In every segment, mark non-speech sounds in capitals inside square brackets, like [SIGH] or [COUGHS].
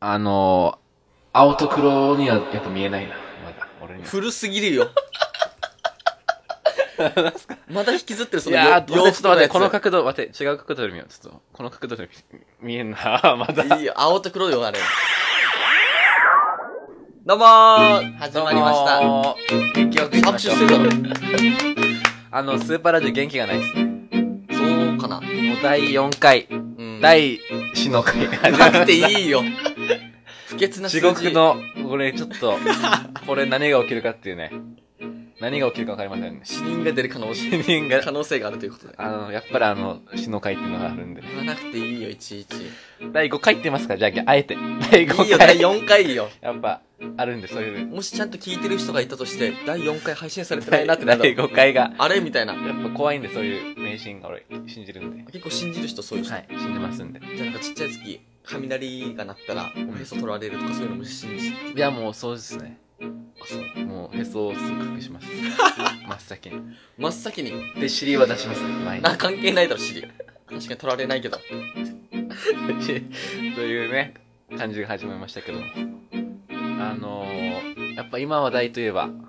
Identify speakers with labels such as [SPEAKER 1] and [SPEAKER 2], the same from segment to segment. [SPEAKER 1] あの、青と黒にはやっぱ見えないな。まだ、俺には。
[SPEAKER 2] 古すぎるよ。 [LAUGHS] まだ引きずってる、そ
[SPEAKER 1] い
[SPEAKER 2] の
[SPEAKER 1] やー、
[SPEAKER 2] 洋
[SPEAKER 1] ちょっと待って、この
[SPEAKER 2] 格
[SPEAKER 1] 角度、待って、違う角度で見よう。ちょっと、この角度で見見えんな。 [LAUGHS] まだ。
[SPEAKER 2] 好。いいよ、青と黒よ、あれ。どうもー始まりました。
[SPEAKER 1] した。元気よく行きま
[SPEAKER 2] 拍手
[SPEAKER 1] し
[SPEAKER 2] してるだ
[SPEAKER 1] ょう。
[SPEAKER 2] ろ。
[SPEAKER 1] あの、スーパーラジオ元気がないですね。
[SPEAKER 2] そうかな。
[SPEAKER 1] もう第4回、
[SPEAKER 2] うん。
[SPEAKER 1] 第4の回。
[SPEAKER 2] なくていいよ。不潔な数
[SPEAKER 1] 地
[SPEAKER 2] 字。
[SPEAKER 1] 獄。の、これちょっと、これ何が起きるかっていうね。何が起きるかわかりませんね。
[SPEAKER 2] 死人が出る可能性、
[SPEAKER 1] 死人が
[SPEAKER 2] 可、能性があるということで。
[SPEAKER 1] あの、やっぱりあの、死の会っていうのがあるんで。
[SPEAKER 2] 言わなくていいよ、いちい
[SPEAKER 1] [LAUGHS]
[SPEAKER 2] ち。
[SPEAKER 1] 第5回って言いますかじゃあ、あえて。第
[SPEAKER 2] いい
[SPEAKER 1] 5
[SPEAKER 2] よ、第
[SPEAKER 1] 回。
[SPEAKER 2] 4回よ。
[SPEAKER 1] やっぱ、あるんで、そういう。
[SPEAKER 2] もしちゃんと聞いてる人がいたとして、第4回配信されてないなってなるだろ
[SPEAKER 1] [LAUGHS] 第
[SPEAKER 2] う
[SPEAKER 1] 5回が。
[SPEAKER 2] あれみたいな。
[SPEAKER 1] やっぱ怖いんで、そういう迷信が俺、信じるんで。
[SPEAKER 2] 結構信じる人そういう人。
[SPEAKER 1] はい、信じますんで。
[SPEAKER 2] じゃあなんかちっちゃい月、雷が鳴ったら、おへそ取られるとかそういうのも信じて。
[SPEAKER 1] いや、もうそうですね。
[SPEAKER 2] あ、そう。
[SPEAKER 1] もう、へそをすぐ隠し [LAUGHS] ます。真っ先に。
[SPEAKER 2] 真っ先に。
[SPEAKER 1] で、尻は出します、ね、前に
[SPEAKER 2] な、。関係ないだろ、尻。確かに取られないけど。
[SPEAKER 1] [LAUGHS] というね、感じが始まりましたけども。あのー、やっぱ今話題といえば、
[SPEAKER 2] うん。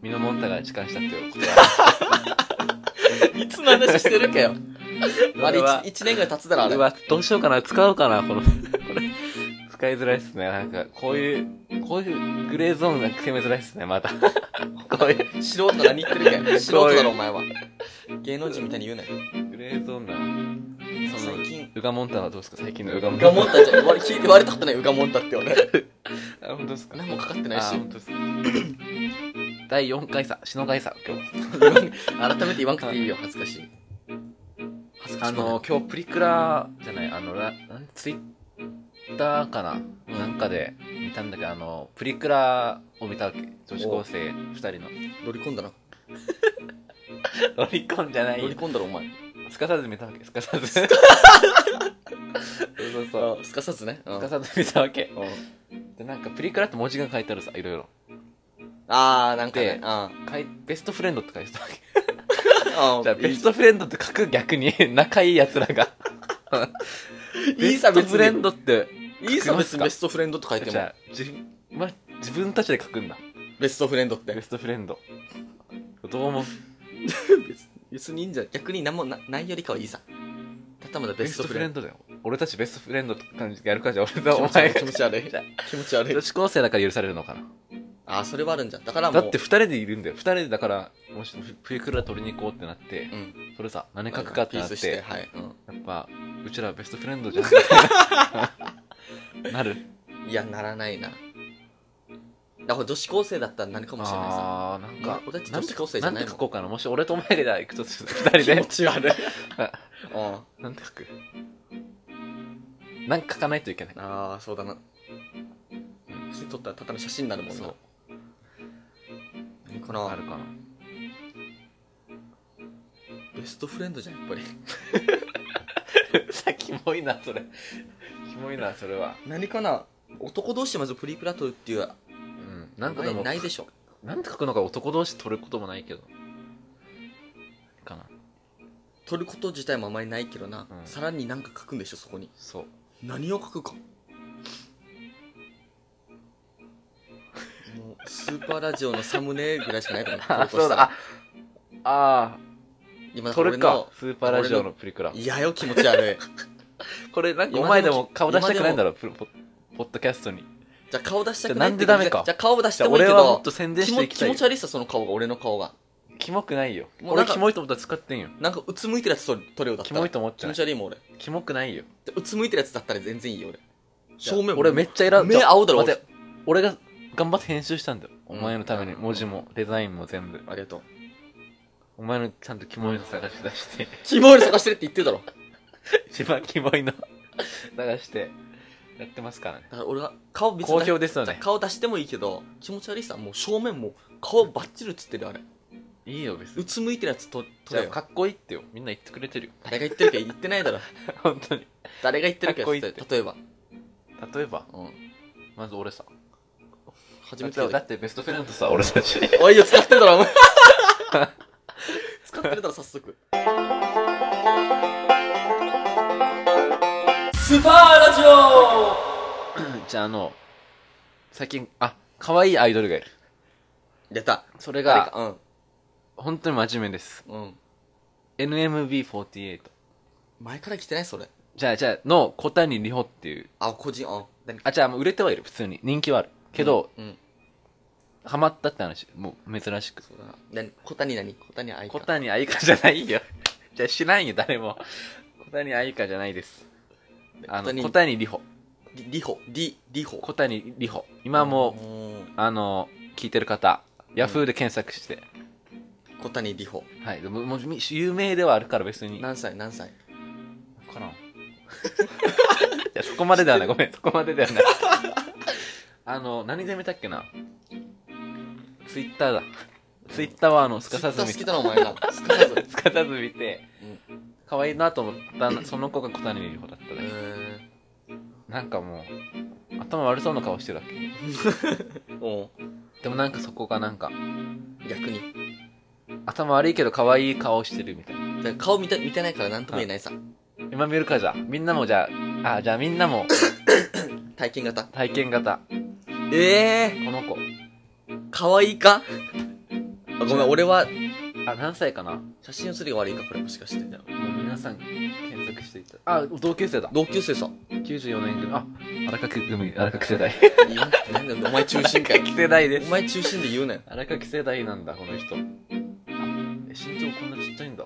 [SPEAKER 1] ミノモンタが痴漢したっていうことは、 [LAUGHS]
[SPEAKER 2] いつの話してるかよ。あれ
[SPEAKER 1] これは
[SPEAKER 2] 1, 年ぐらい経つだろ、あれ。
[SPEAKER 1] うわ、どうしようかな、使おうかな、この [LAUGHS] 、これ、使いづらいっすね。なんか、こういう、こういうグレーゾーンが攻めづらいっすね、また。こういう、
[SPEAKER 2] 素人何言ってるかよ。素人だろ、お前は。芸能人みたいに言うなよ。
[SPEAKER 1] グレーゾーンな。その
[SPEAKER 2] 最近、
[SPEAKER 1] ウガモンタはどうですか最近のウガモン
[SPEAKER 2] ウ
[SPEAKER 1] タ。
[SPEAKER 2] ガモンタじゃん。割聞いて割れたことない、ウガモンタって俺。 [LAUGHS]
[SPEAKER 1] あ、本当ですか
[SPEAKER 2] 何もかかってない
[SPEAKER 1] あ、
[SPEAKER 2] し。
[SPEAKER 1] 本当ですか [COUGHS] 第4回さ、篠回さ、今日。
[SPEAKER 2] 改めて言わんくていいよ、恥ずかしい。恥ずか
[SPEAKER 1] あ
[SPEAKER 2] しくない
[SPEAKER 1] の、今日プリクラじゃない、あの、ラなんツイッターかな、
[SPEAKER 2] うん
[SPEAKER 1] なんかで見たんだけど、あの、プリクラを見たわけ。女子高生二人の。
[SPEAKER 2] 乗り込んだな。
[SPEAKER 1] ロリコンじゃな
[SPEAKER 2] 乗り
[SPEAKER 1] い。
[SPEAKER 2] 込んだろ、お前。
[SPEAKER 1] すかさず見たわけ、すかさず。そうそうそう。
[SPEAKER 2] あすかさずね。うん
[SPEAKER 1] すかさず見たわけ。
[SPEAKER 2] うん
[SPEAKER 1] で、なんかプリクラって文字が書いてあるさ、いろいろ。
[SPEAKER 2] あー、なんか
[SPEAKER 1] で
[SPEAKER 2] ね。あ
[SPEAKER 1] かいベストフレンドって書いてたわけ。
[SPEAKER 2] あ
[SPEAKER 1] じゃあ、ベストフレンドって書く逆に、仲いい奴らが。
[SPEAKER 2] いいさ
[SPEAKER 1] ベスト
[SPEAKER 2] 別に
[SPEAKER 1] フレンドって、
[SPEAKER 2] いいさ、別
[SPEAKER 1] 書きます
[SPEAKER 2] に
[SPEAKER 1] か
[SPEAKER 2] ベストフレンドと書いて
[SPEAKER 1] じ
[SPEAKER 2] も。
[SPEAKER 1] ゃあ、じま、自分たちで書くんだ。
[SPEAKER 2] ベストフレンドっ
[SPEAKER 1] ベ
[SPEAKER 2] て。
[SPEAKER 1] ストフレンド。どう思う
[SPEAKER 2] 別にいいんじゃ逆に何もなないよりかはいいさ。ただまだベ
[SPEAKER 1] ベ
[SPEAKER 2] ス
[SPEAKER 1] ス
[SPEAKER 2] ト
[SPEAKER 1] ト
[SPEAKER 2] フ
[SPEAKER 1] フレ
[SPEAKER 2] レン
[SPEAKER 1] ン
[SPEAKER 2] ド。
[SPEAKER 1] ドだよ。俺たちベストフレンドって感じでやるかじゃあ俺とお
[SPEAKER 2] 気持ち悪
[SPEAKER 1] 前
[SPEAKER 2] い
[SPEAKER 1] が
[SPEAKER 2] 気持ち悪い。気持ち悪い
[SPEAKER 1] 女。子高生だから許されるのかな
[SPEAKER 2] あー、それはあるんじゃん。だからも
[SPEAKER 1] だ
[SPEAKER 2] う。
[SPEAKER 1] って二人でいるんだよ。二人でだから、もしプリクラ取りに行こうってなって
[SPEAKER 2] う、ん。
[SPEAKER 1] それさ、何書くかって
[SPEAKER 2] ピ
[SPEAKER 1] な
[SPEAKER 2] ー
[SPEAKER 1] っ
[SPEAKER 2] ス
[SPEAKER 1] て、
[SPEAKER 2] して、
[SPEAKER 1] や
[SPEAKER 2] はい。
[SPEAKER 1] っぱ、うちらベストフレンドじゃん
[SPEAKER 2] [LAUGHS]
[SPEAKER 1] って。なる。
[SPEAKER 2] うん。いや、ならないな。だから女子高生だったら何かもしれないさ。
[SPEAKER 1] あー、なんか、
[SPEAKER 2] 俺たち女子高生じゃないもん
[SPEAKER 1] んて書こうかな。もし俺とお前が行くとする二人
[SPEAKER 2] 気持
[SPEAKER 1] で。
[SPEAKER 2] ち悪い。うん。
[SPEAKER 1] なんて書くなんか書かないといけない。
[SPEAKER 2] ああそうだな
[SPEAKER 1] うん
[SPEAKER 2] 写真撮ったらただの写真になるもん
[SPEAKER 1] そ
[SPEAKER 2] な
[SPEAKER 1] う
[SPEAKER 2] 何か
[SPEAKER 1] あ
[SPEAKER 2] な
[SPEAKER 1] るかな。 [LAUGHS]
[SPEAKER 2] ベストフレンドじゃんやっぱり
[SPEAKER 1] さ、キモいな、それ。キモいな、それは。
[SPEAKER 2] 何かな男同士でまずプリクラ撮るっていう
[SPEAKER 1] うん。なんかで
[SPEAKER 2] ない
[SPEAKER 1] も、
[SPEAKER 2] ないでしょ
[SPEAKER 1] なんて書くのか男同士取ることもないけど。かな。
[SPEAKER 2] 撮ること自体もあまりないけどな、
[SPEAKER 1] うん
[SPEAKER 2] さらに何か書くんでしょそこに
[SPEAKER 1] そう。
[SPEAKER 2] 何を書くかもうスーパーラジオのサムネぐらいしかないか [LAUGHS] な
[SPEAKER 1] あ、そうだ。あ、あ
[SPEAKER 2] 今
[SPEAKER 1] あ、
[SPEAKER 2] だか
[SPEAKER 1] 取
[SPEAKER 2] ら
[SPEAKER 1] る
[SPEAKER 2] 俺
[SPEAKER 1] か
[SPEAKER 2] の。
[SPEAKER 1] スーパーラジオのプリクラ。
[SPEAKER 2] 嫌よ気持ち悪い
[SPEAKER 1] これ、なんかお
[SPEAKER 2] 今
[SPEAKER 1] 前で
[SPEAKER 2] でも
[SPEAKER 1] も顔出したくないんだろ、プロポポッドキャストに。
[SPEAKER 2] じゃあ顔出したくないって
[SPEAKER 1] じゃあなんでダメか
[SPEAKER 2] じゃあ顔出し
[SPEAKER 1] じ
[SPEAKER 2] て
[SPEAKER 1] ゃあ
[SPEAKER 2] もいい
[SPEAKER 1] 俺
[SPEAKER 2] け
[SPEAKER 1] はもっ
[SPEAKER 2] ど
[SPEAKER 1] と宣伝
[SPEAKER 2] 気
[SPEAKER 1] して
[SPEAKER 2] 持
[SPEAKER 1] い
[SPEAKER 2] ち
[SPEAKER 1] き
[SPEAKER 2] 気
[SPEAKER 1] たい
[SPEAKER 2] 持ち。悪いさその顔が俺の顔が
[SPEAKER 1] キモくないよ。
[SPEAKER 2] もう
[SPEAKER 1] 俺
[SPEAKER 2] なんか
[SPEAKER 1] キモいと思ったら使ってんよ。
[SPEAKER 2] なんかうつむいてるやつ撮る撮れよだっ
[SPEAKER 1] キ
[SPEAKER 2] たら
[SPEAKER 1] モいと思っ
[SPEAKER 2] 気
[SPEAKER 1] ちゃ
[SPEAKER 2] 持
[SPEAKER 1] う
[SPEAKER 2] ち。悪いもん俺
[SPEAKER 1] キモくないよ。
[SPEAKER 2] うつむいてるやつだったら全然いいよ俺
[SPEAKER 1] じゃあ
[SPEAKER 2] 正面
[SPEAKER 1] 俺めっちゃ選ん
[SPEAKER 2] 目青だろ
[SPEAKER 1] 待って、俺が頑張って編集したんだよ。お
[SPEAKER 2] うん
[SPEAKER 1] 前のために、文字もデザインも全部。
[SPEAKER 2] ありがとう
[SPEAKER 1] お前のちゃんとキモいの探し出して。 [LAUGHS]
[SPEAKER 2] キモいの探してるって言ってるだろ
[SPEAKER 1] 一番キモいの
[SPEAKER 2] [LAUGHS]
[SPEAKER 1] 探してやってますからね。
[SPEAKER 2] だから俺は顔別に
[SPEAKER 1] 好評ですよね。
[SPEAKER 2] 顔出してもいいけど気持ち悪いさもう正面もう顔バッチリ映ってるよあれ
[SPEAKER 1] いいよ、別
[SPEAKER 2] う
[SPEAKER 1] に。
[SPEAKER 2] つむいてるやつと撮
[SPEAKER 1] じゃ
[SPEAKER 2] れ
[SPEAKER 1] あ、
[SPEAKER 2] よ
[SPEAKER 1] かっこいいってよ。みんな言ってくれてるよ。 [LAUGHS]
[SPEAKER 2] 誰が言ってるか言ってないだろ
[SPEAKER 1] 本当に。
[SPEAKER 2] 誰が言ってるか
[SPEAKER 1] かっこいいって
[SPEAKER 2] 例えば、
[SPEAKER 1] 例えば、
[SPEAKER 2] うん、
[SPEAKER 1] まず俺さ。
[SPEAKER 2] 初
[SPEAKER 1] だっ
[SPEAKER 2] めて
[SPEAKER 1] て
[SPEAKER 2] 聞い
[SPEAKER 1] だ
[SPEAKER 2] た
[SPEAKER 1] ってベストフレンドさ、俺たち。
[SPEAKER 2] おいよ使ってるだろお前 [LAUGHS] 使ってるだろ早速スパーラジオ
[SPEAKER 1] [COUGHS] ちゃんあの、最近、あ、可愛いアイドルがいる。
[SPEAKER 2] 出た。
[SPEAKER 1] それ
[SPEAKER 2] 誰
[SPEAKER 1] が、
[SPEAKER 2] か
[SPEAKER 1] 本当に真面目です。
[SPEAKER 2] うん。うん。
[SPEAKER 1] NMB48。
[SPEAKER 2] 前から来てないそれ。
[SPEAKER 1] じゃあ、じゃあ、の小谷里穂っていう。
[SPEAKER 2] あ、個人、あ、何
[SPEAKER 1] あ、じゃあ、もう売れてはいる、普通に。人気はある。けど、、
[SPEAKER 2] うんうん。
[SPEAKER 1] ハマったって話。もう、珍しく。
[SPEAKER 2] そうだな。何小谷何小谷愛
[SPEAKER 1] 小
[SPEAKER 2] か。
[SPEAKER 1] 谷愛香じゃないよ。 [LAUGHS] じゃあ、知らんよ、誰も。小谷愛香じゃないです。あの、小
[SPEAKER 2] 小
[SPEAKER 1] 谷里穂。
[SPEAKER 2] りりほ、り、りほ。
[SPEAKER 1] 小谷里穂。今もう、
[SPEAKER 2] うん
[SPEAKER 1] あの、聞いてる方、ヤフーで検索して。
[SPEAKER 2] 小谷りほ。
[SPEAKER 1] はい。でも、もう、み有名ではあるから別に。
[SPEAKER 2] 何歳何歳
[SPEAKER 1] かないや、そこまでではない。ごめん、そこまでではない。 [LAUGHS] あの、何で見たっけなツイッターだ。ツイッターはあの、すかさず見
[SPEAKER 2] 好き
[SPEAKER 1] た。
[SPEAKER 2] だな、お前が。すか [LAUGHS] さず。
[SPEAKER 1] すかさず見て、可愛いなと思ったな、その子が小谷美穂だった
[SPEAKER 2] う
[SPEAKER 1] だけ。
[SPEAKER 2] ーん。
[SPEAKER 1] なんかもう、頭悪そうな顔してるわけ。
[SPEAKER 2] おう
[SPEAKER 1] でもなんかそこがなんか、
[SPEAKER 2] 逆に。
[SPEAKER 1] 頭悪いけど可愛い顔してるみたいな。
[SPEAKER 2] だから顔見て、見てないから何とも言えないさ。
[SPEAKER 1] 今見るかじゃあ。みんなもじゃあ、あ、じゃあみんなも
[SPEAKER 2] 体験型。
[SPEAKER 1] 体験型。
[SPEAKER 2] ええ
[SPEAKER 1] この子。
[SPEAKER 2] ー、可愛いかあごめん、俺は、
[SPEAKER 1] あ、何歳かな
[SPEAKER 2] 写真写りが悪いか、これもしかして。
[SPEAKER 1] もう皆さん検索していたあ同級生だ
[SPEAKER 2] 同級生さ。
[SPEAKER 1] 94年組あ荒垣組荒垣 [LAUGHS] 世代
[SPEAKER 2] いやなんだよお前中
[SPEAKER 1] [LAUGHS]
[SPEAKER 2] 心かよ。
[SPEAKER 1] 世代で
[SPEAKER 2] お前中心で言うなよ。
[SPEAKER 1] 荒垣世代なんだこの人あえ身長こんなちっちゃいんだ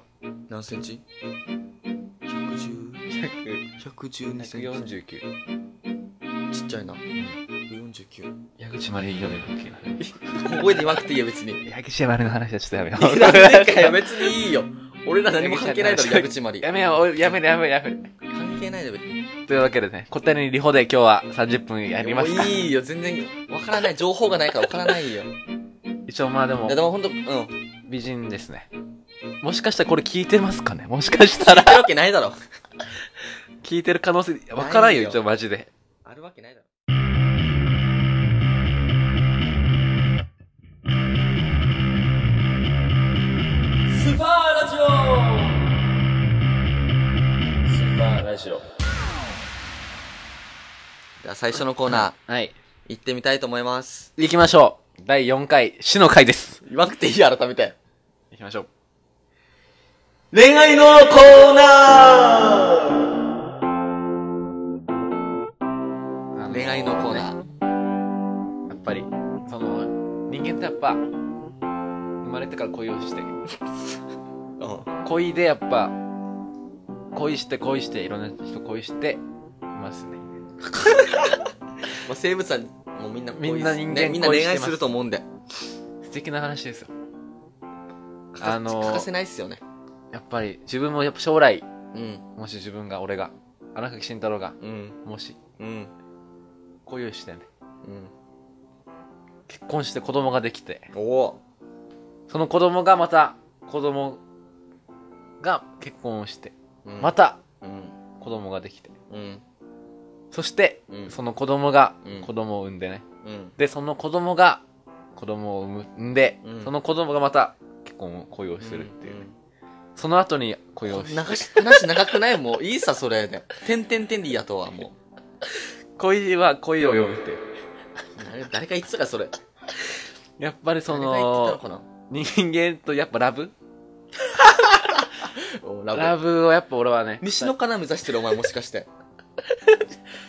[SPEAKER 2] 何センチ ?110、112セン
[SPEAKER 1] 149
[SPEAKER 2] チ。ちっちゃいな。149。
[SPEAKER 1] 矢口まりいいよね
[SPEAKER 2] 覚えて言わなくていいよ、
[SPEAKER 1] [LAUGHS]
[SPEAKER 2] 別に。
[SPEAKER 1] 矢口まりの話はちょっとやめよ
[SPEAKER 2] なんでかよ、
[SPEAKER 1] [LAUGHS] う
[SPEAKER 2] 別にいいよ。俺ら何も関係ないだろ、矢口まり。
[SPEAKER 1] やめようやめるやめるやめる
[SPEAKER 2] 関係ないだろ、別に。
[SPEAKER 1] というわけでね小谷里穂で今日は30分やりまし
[SPEAKER 2] も
[SPEAKER 1] た
[SPEAKER 2] ういいよ、全然、わからない。情報がないからわからないよ。い
[SPEAKER 1] 一応まあでも
[SPEAKER 2] や、でもほんと、うん。言って
[SPEAKER 1] 美人ですねもしかしたらこれ聞いてますかねもしかしたら
[SPEAKER 2] るわけないだろ。
[SPEAKER 1] 聞いてる可能性わからんよ
[SPEAKER 2] ないよ
[SPEAKER 1] 一応マジで
[SPEAKER 2] あるわけないだろ。
[SPEAKER 1] スパーラジオスパーラジオ
[SPEAKER 2] じゃあ、最初のコーナー、
[SPEAKER 1] はい。
[SPEAKER 2] 行ってみたいと思います。
[SPEAKER 1] 行きましょう第4回、死の回です。
[SPEAKER 2] 言わなくていいよ、改めて。
[SPEAKER 1] 行きましょう。
[SPEAKER 2] 恋愛のコーナ恋愛のコーナ
[SPEAKER 1] ー。
[SPEAKER 2] ー。
[SPEAKER 1] やっぱり、その、人間ってやっぱ、生まれてから恋をして、
[SPEAKER 2] うん。
[SPEAKER 1] 恋でやっぱ、恋して恋して、いろんな人恋して、いますね。
[SPEAKER 2] まあ、生物は、もうみんなこういう、
[SPEAKER 1] みんな人間
[SPEAKER 2] ねみんな
[SPEAKER 1] 恋して
[SPEAKER 2] 恋
[SPEAKER 1] ます
[SPEAKER 2] 愛すると思うんで。
[SPEAKER 1] 素敵な話ですよ。
[SPEAKER 2] 欠か
[SPEAKER 1] あのー
[SPEAKER 2] 欠かせないっすよね。
[SPEAKER 1] やっぱり、自分もやっぱ将来、
[SPEAKER 2] うん。
[SPEAKER 1] もし自分が、俺が、荒垣慎太郎が、
[SPEAKER 2] うん。
[SPEAKER 1] もし、
[SPEAKER 2] うん。
[SPEAKER 1] 恋をしてね、
[SPEAKER 2] うん。
[SPEAKER 1] 結婚して子供ができて、
[SPEAKER 2] おお
[SPEAKER 1] その子供がまた、子供が結婚をして、
[SPEAKER 2] ー。うん
[SPEAKER 1] ま。た
[SPEAKER 2] うん。
[SPEAKER 1] 子供ができて、
[SPEAKER 2] うん。
[SPEAKER 1] そして、
[SPEAKER 2] うん
[SPEAKER 1] その子供が
[SPEAKER 2] うん
[SPEAKER 1] 子供を産んでね。
[SPEAKER 2] うん。
[SPEAKER 1] で、その子供が子供を産む産んで、
[SPEAKER 2] うん
[SPEAKER 1] その子供がまた結婚を恋をするっていうね。その後に恋をし
[SPEAKER 2] 流し、話長くない [LAUGHS] もういいさ、それで。てんてんてんでいいやとは、も
[SPEAKER 1] 恋は恋を呼ぶっていう。
[SPEAKER 2] う。誰誰か言ってたか、それ。
[SPEAKER 1] やっぱりそ
[SPEAKER 2] 誰が言って
[SPEAKER 1] の
[SPEAKER 2] た、のか
[SPEAKER 1] 人間とやっぱラブ
[SPEAKER 2] な
[SPEAKER 1] ラ
[SPEAKER 2] おラ
[SPEAKER 1] ブ
[SPEAKER 2] ブ
[SPEAKER 1] をやっぱ俺はね、
[SPEAKER 2] 西のかな目指してる、お前もしかして。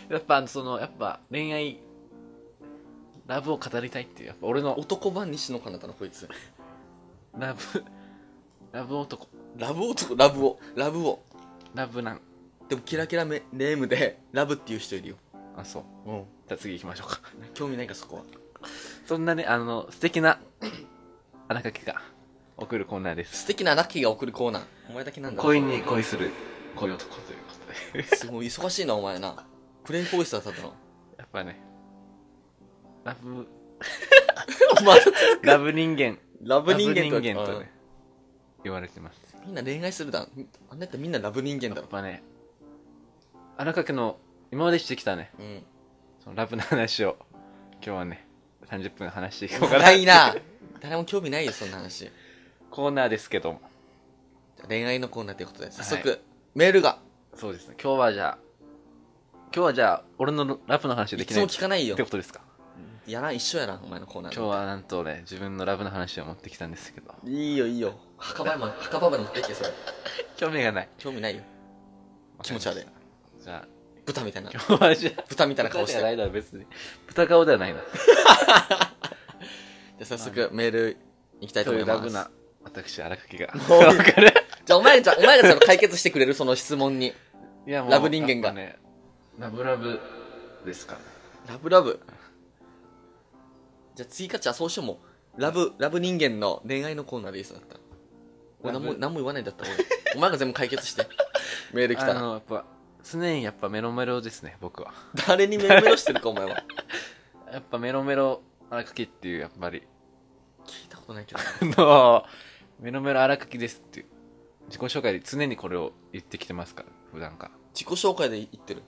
[SPEAKER 1] やっぱその、やっぱ恋愛、ラブを語りたいっていう、やっぱ俺の
[SPEAKER 2] 男版西のかなだな、こいつ。
[SPEAKER 1] ラブ、 [LAUGHS] ラブ男、
[SPEAKER 2] ラブ男、ラブを、ラブを。
[SPEAKER 1] ラブなん。
[SPEAKER 2] でも、キラキラめネームで、ラブっていう人いるよ。
[SPEAKER 1] あ、そう。
[SPEAKER 2] うん。
[SPEAKER 1] じゃあ次行きましょうか。 [LAUGHS]
[SPEAKER 2] 興味ないか、そこは。
[SPEAKER 1] そんなね、あの、素敵な、 [COUGHS] 穴かけが、送るコーナーです。
[SPEAKER 2] 素敵なラッキーが送るコーナー。お前だけなんだ。
[SPEAKER 1] 恋に恋する、恋男ということで。 [LAUGHS]
[SPEAKER 2] すごい忙しいな、お前な。プレイフォーイスだったの。
[SPEAKER 1] やっぱね、ラブ、
[SPEAKER 2] お前
[SPEAKER 1] [LAUGHS] ラブ人間、
[SPEAKER 2] ラブ人間
[SPEAKER 1] ラブ人間
[SPEAKER 2] と
[SPEAKER 1] とね、言われてます。
[SPEAKER 2] うんみんな恋愛するだ。あんなやったらみんなラブ人間だ
[SPEAKER 1] やっ
[SPEAKER 2] ろ。
[SPEAKER 1] ぱね、穴かけの、今までしてきたね、
[SPEAKER 2] うん。
[SPEAKER 1] そのラブの話を、今日はね、30分話していこうかな。
[SPEAKER 2] 長いな。誰も興味ないよ、そんな話。じ
[SPEAKER 1] コーナーですけども。
[SPEAKER 2] ゃあ恋愛のコーナーということで、早速、メールが。
[SPEAKER 1] そうですね。今日はじゃあ、今日はじゃあ、俺のラップの話で
[SPEAKER 2] い
[SPEAKER 1] きな
[SPEAKER 2] つ
[SPEAKER 1] い
[SPEAKER 2] も
[SPEAKER 1] っ
[SPEAKER 2] 聞かないよ
[SPEAKER 1] て。ことですか
[SPEAKER 2] やらん、一緒やな、お前のコーナー。
[SPEAKER 1] 今日はなんとね、自分のラブの話を持ってきたんですけど、
[SPEAKER 2] いいよ、いいよ。墓場まで、墓場まで持ってきて、それ。
[SPEAKER 1] 興味がない。
[SPEAKER 2] 興味ないよ。気持ち悪い
[SPEAKER 1] わかりました。じゃあ、
[SPEAKER 2] 豚みたいな。
[SPEAKER 1] 今日はじゃあ、
[SPEAKER 2] 豚みたいな顔し
[SPEAKER 1] 豚
[SPEAKER 2] て
[SPEAKER 1] じゃ
[SPEAKER 2] る。
[SPEAKER 1] ないだろ、別に。豚顔ではないな。
[SPEAKER 2] じゃあ早速、メールいきたいと
[SPEAKER 1] そうい
[SPEAKER 2] 思いう
[SPEAKER 1] ラ
[SPEAKER 2] ます。
[SPEAKER 1] ブな、私、荒垣が。
[SPEAKER 2] [LAUGHS] う
[SPEAKER 1] わかる
[SPEAKER 2] じゃあ、お前、じゃあ、お前がその解決してくれる、その質問に。
[SPEAKER 1] いやもう
[SPEAKER 2] ラブ人間が
[SPEAKER 1] やっぱね、ラブラブですから。
[SPEAKER 2] ラブラブ。じゃあ、次かっちゃん、そうしようもう。ラブ、ラブ人間の恋愛のコーナーでいいですだったら。
[SPEAKER 1] ラ
[SPEAKER 2] 俺、何
[SPEAKER 1] ブ
[SPEAKER 2] も、何も言わないんだったら、俺。 [LAUGHS] お前が全部解
[SPEAKER 1] [LAUGHS]
[SPEAKER 2] 決して。メール来た
[SPEAKER 1] あ
[SPEAKER 2] ら。
[SPEAKER 1] の、やっぱ、常にやっぱメロメロですね、僕は。
[SPEAKER 2] 誰にメロメロしてるか、お前は。
[SPEAKER 1] やっぱメロメロ荒垣っていう、やっぱり、
[SPEAKER 2] 聞いたことないけど。
[SPEAKER 1] あの、メロメロ荒垣ですっていう。自己紹介で常にこれを言ってきてますから、普段から。
[SPEAKER 2] 自己紹介で言ってる。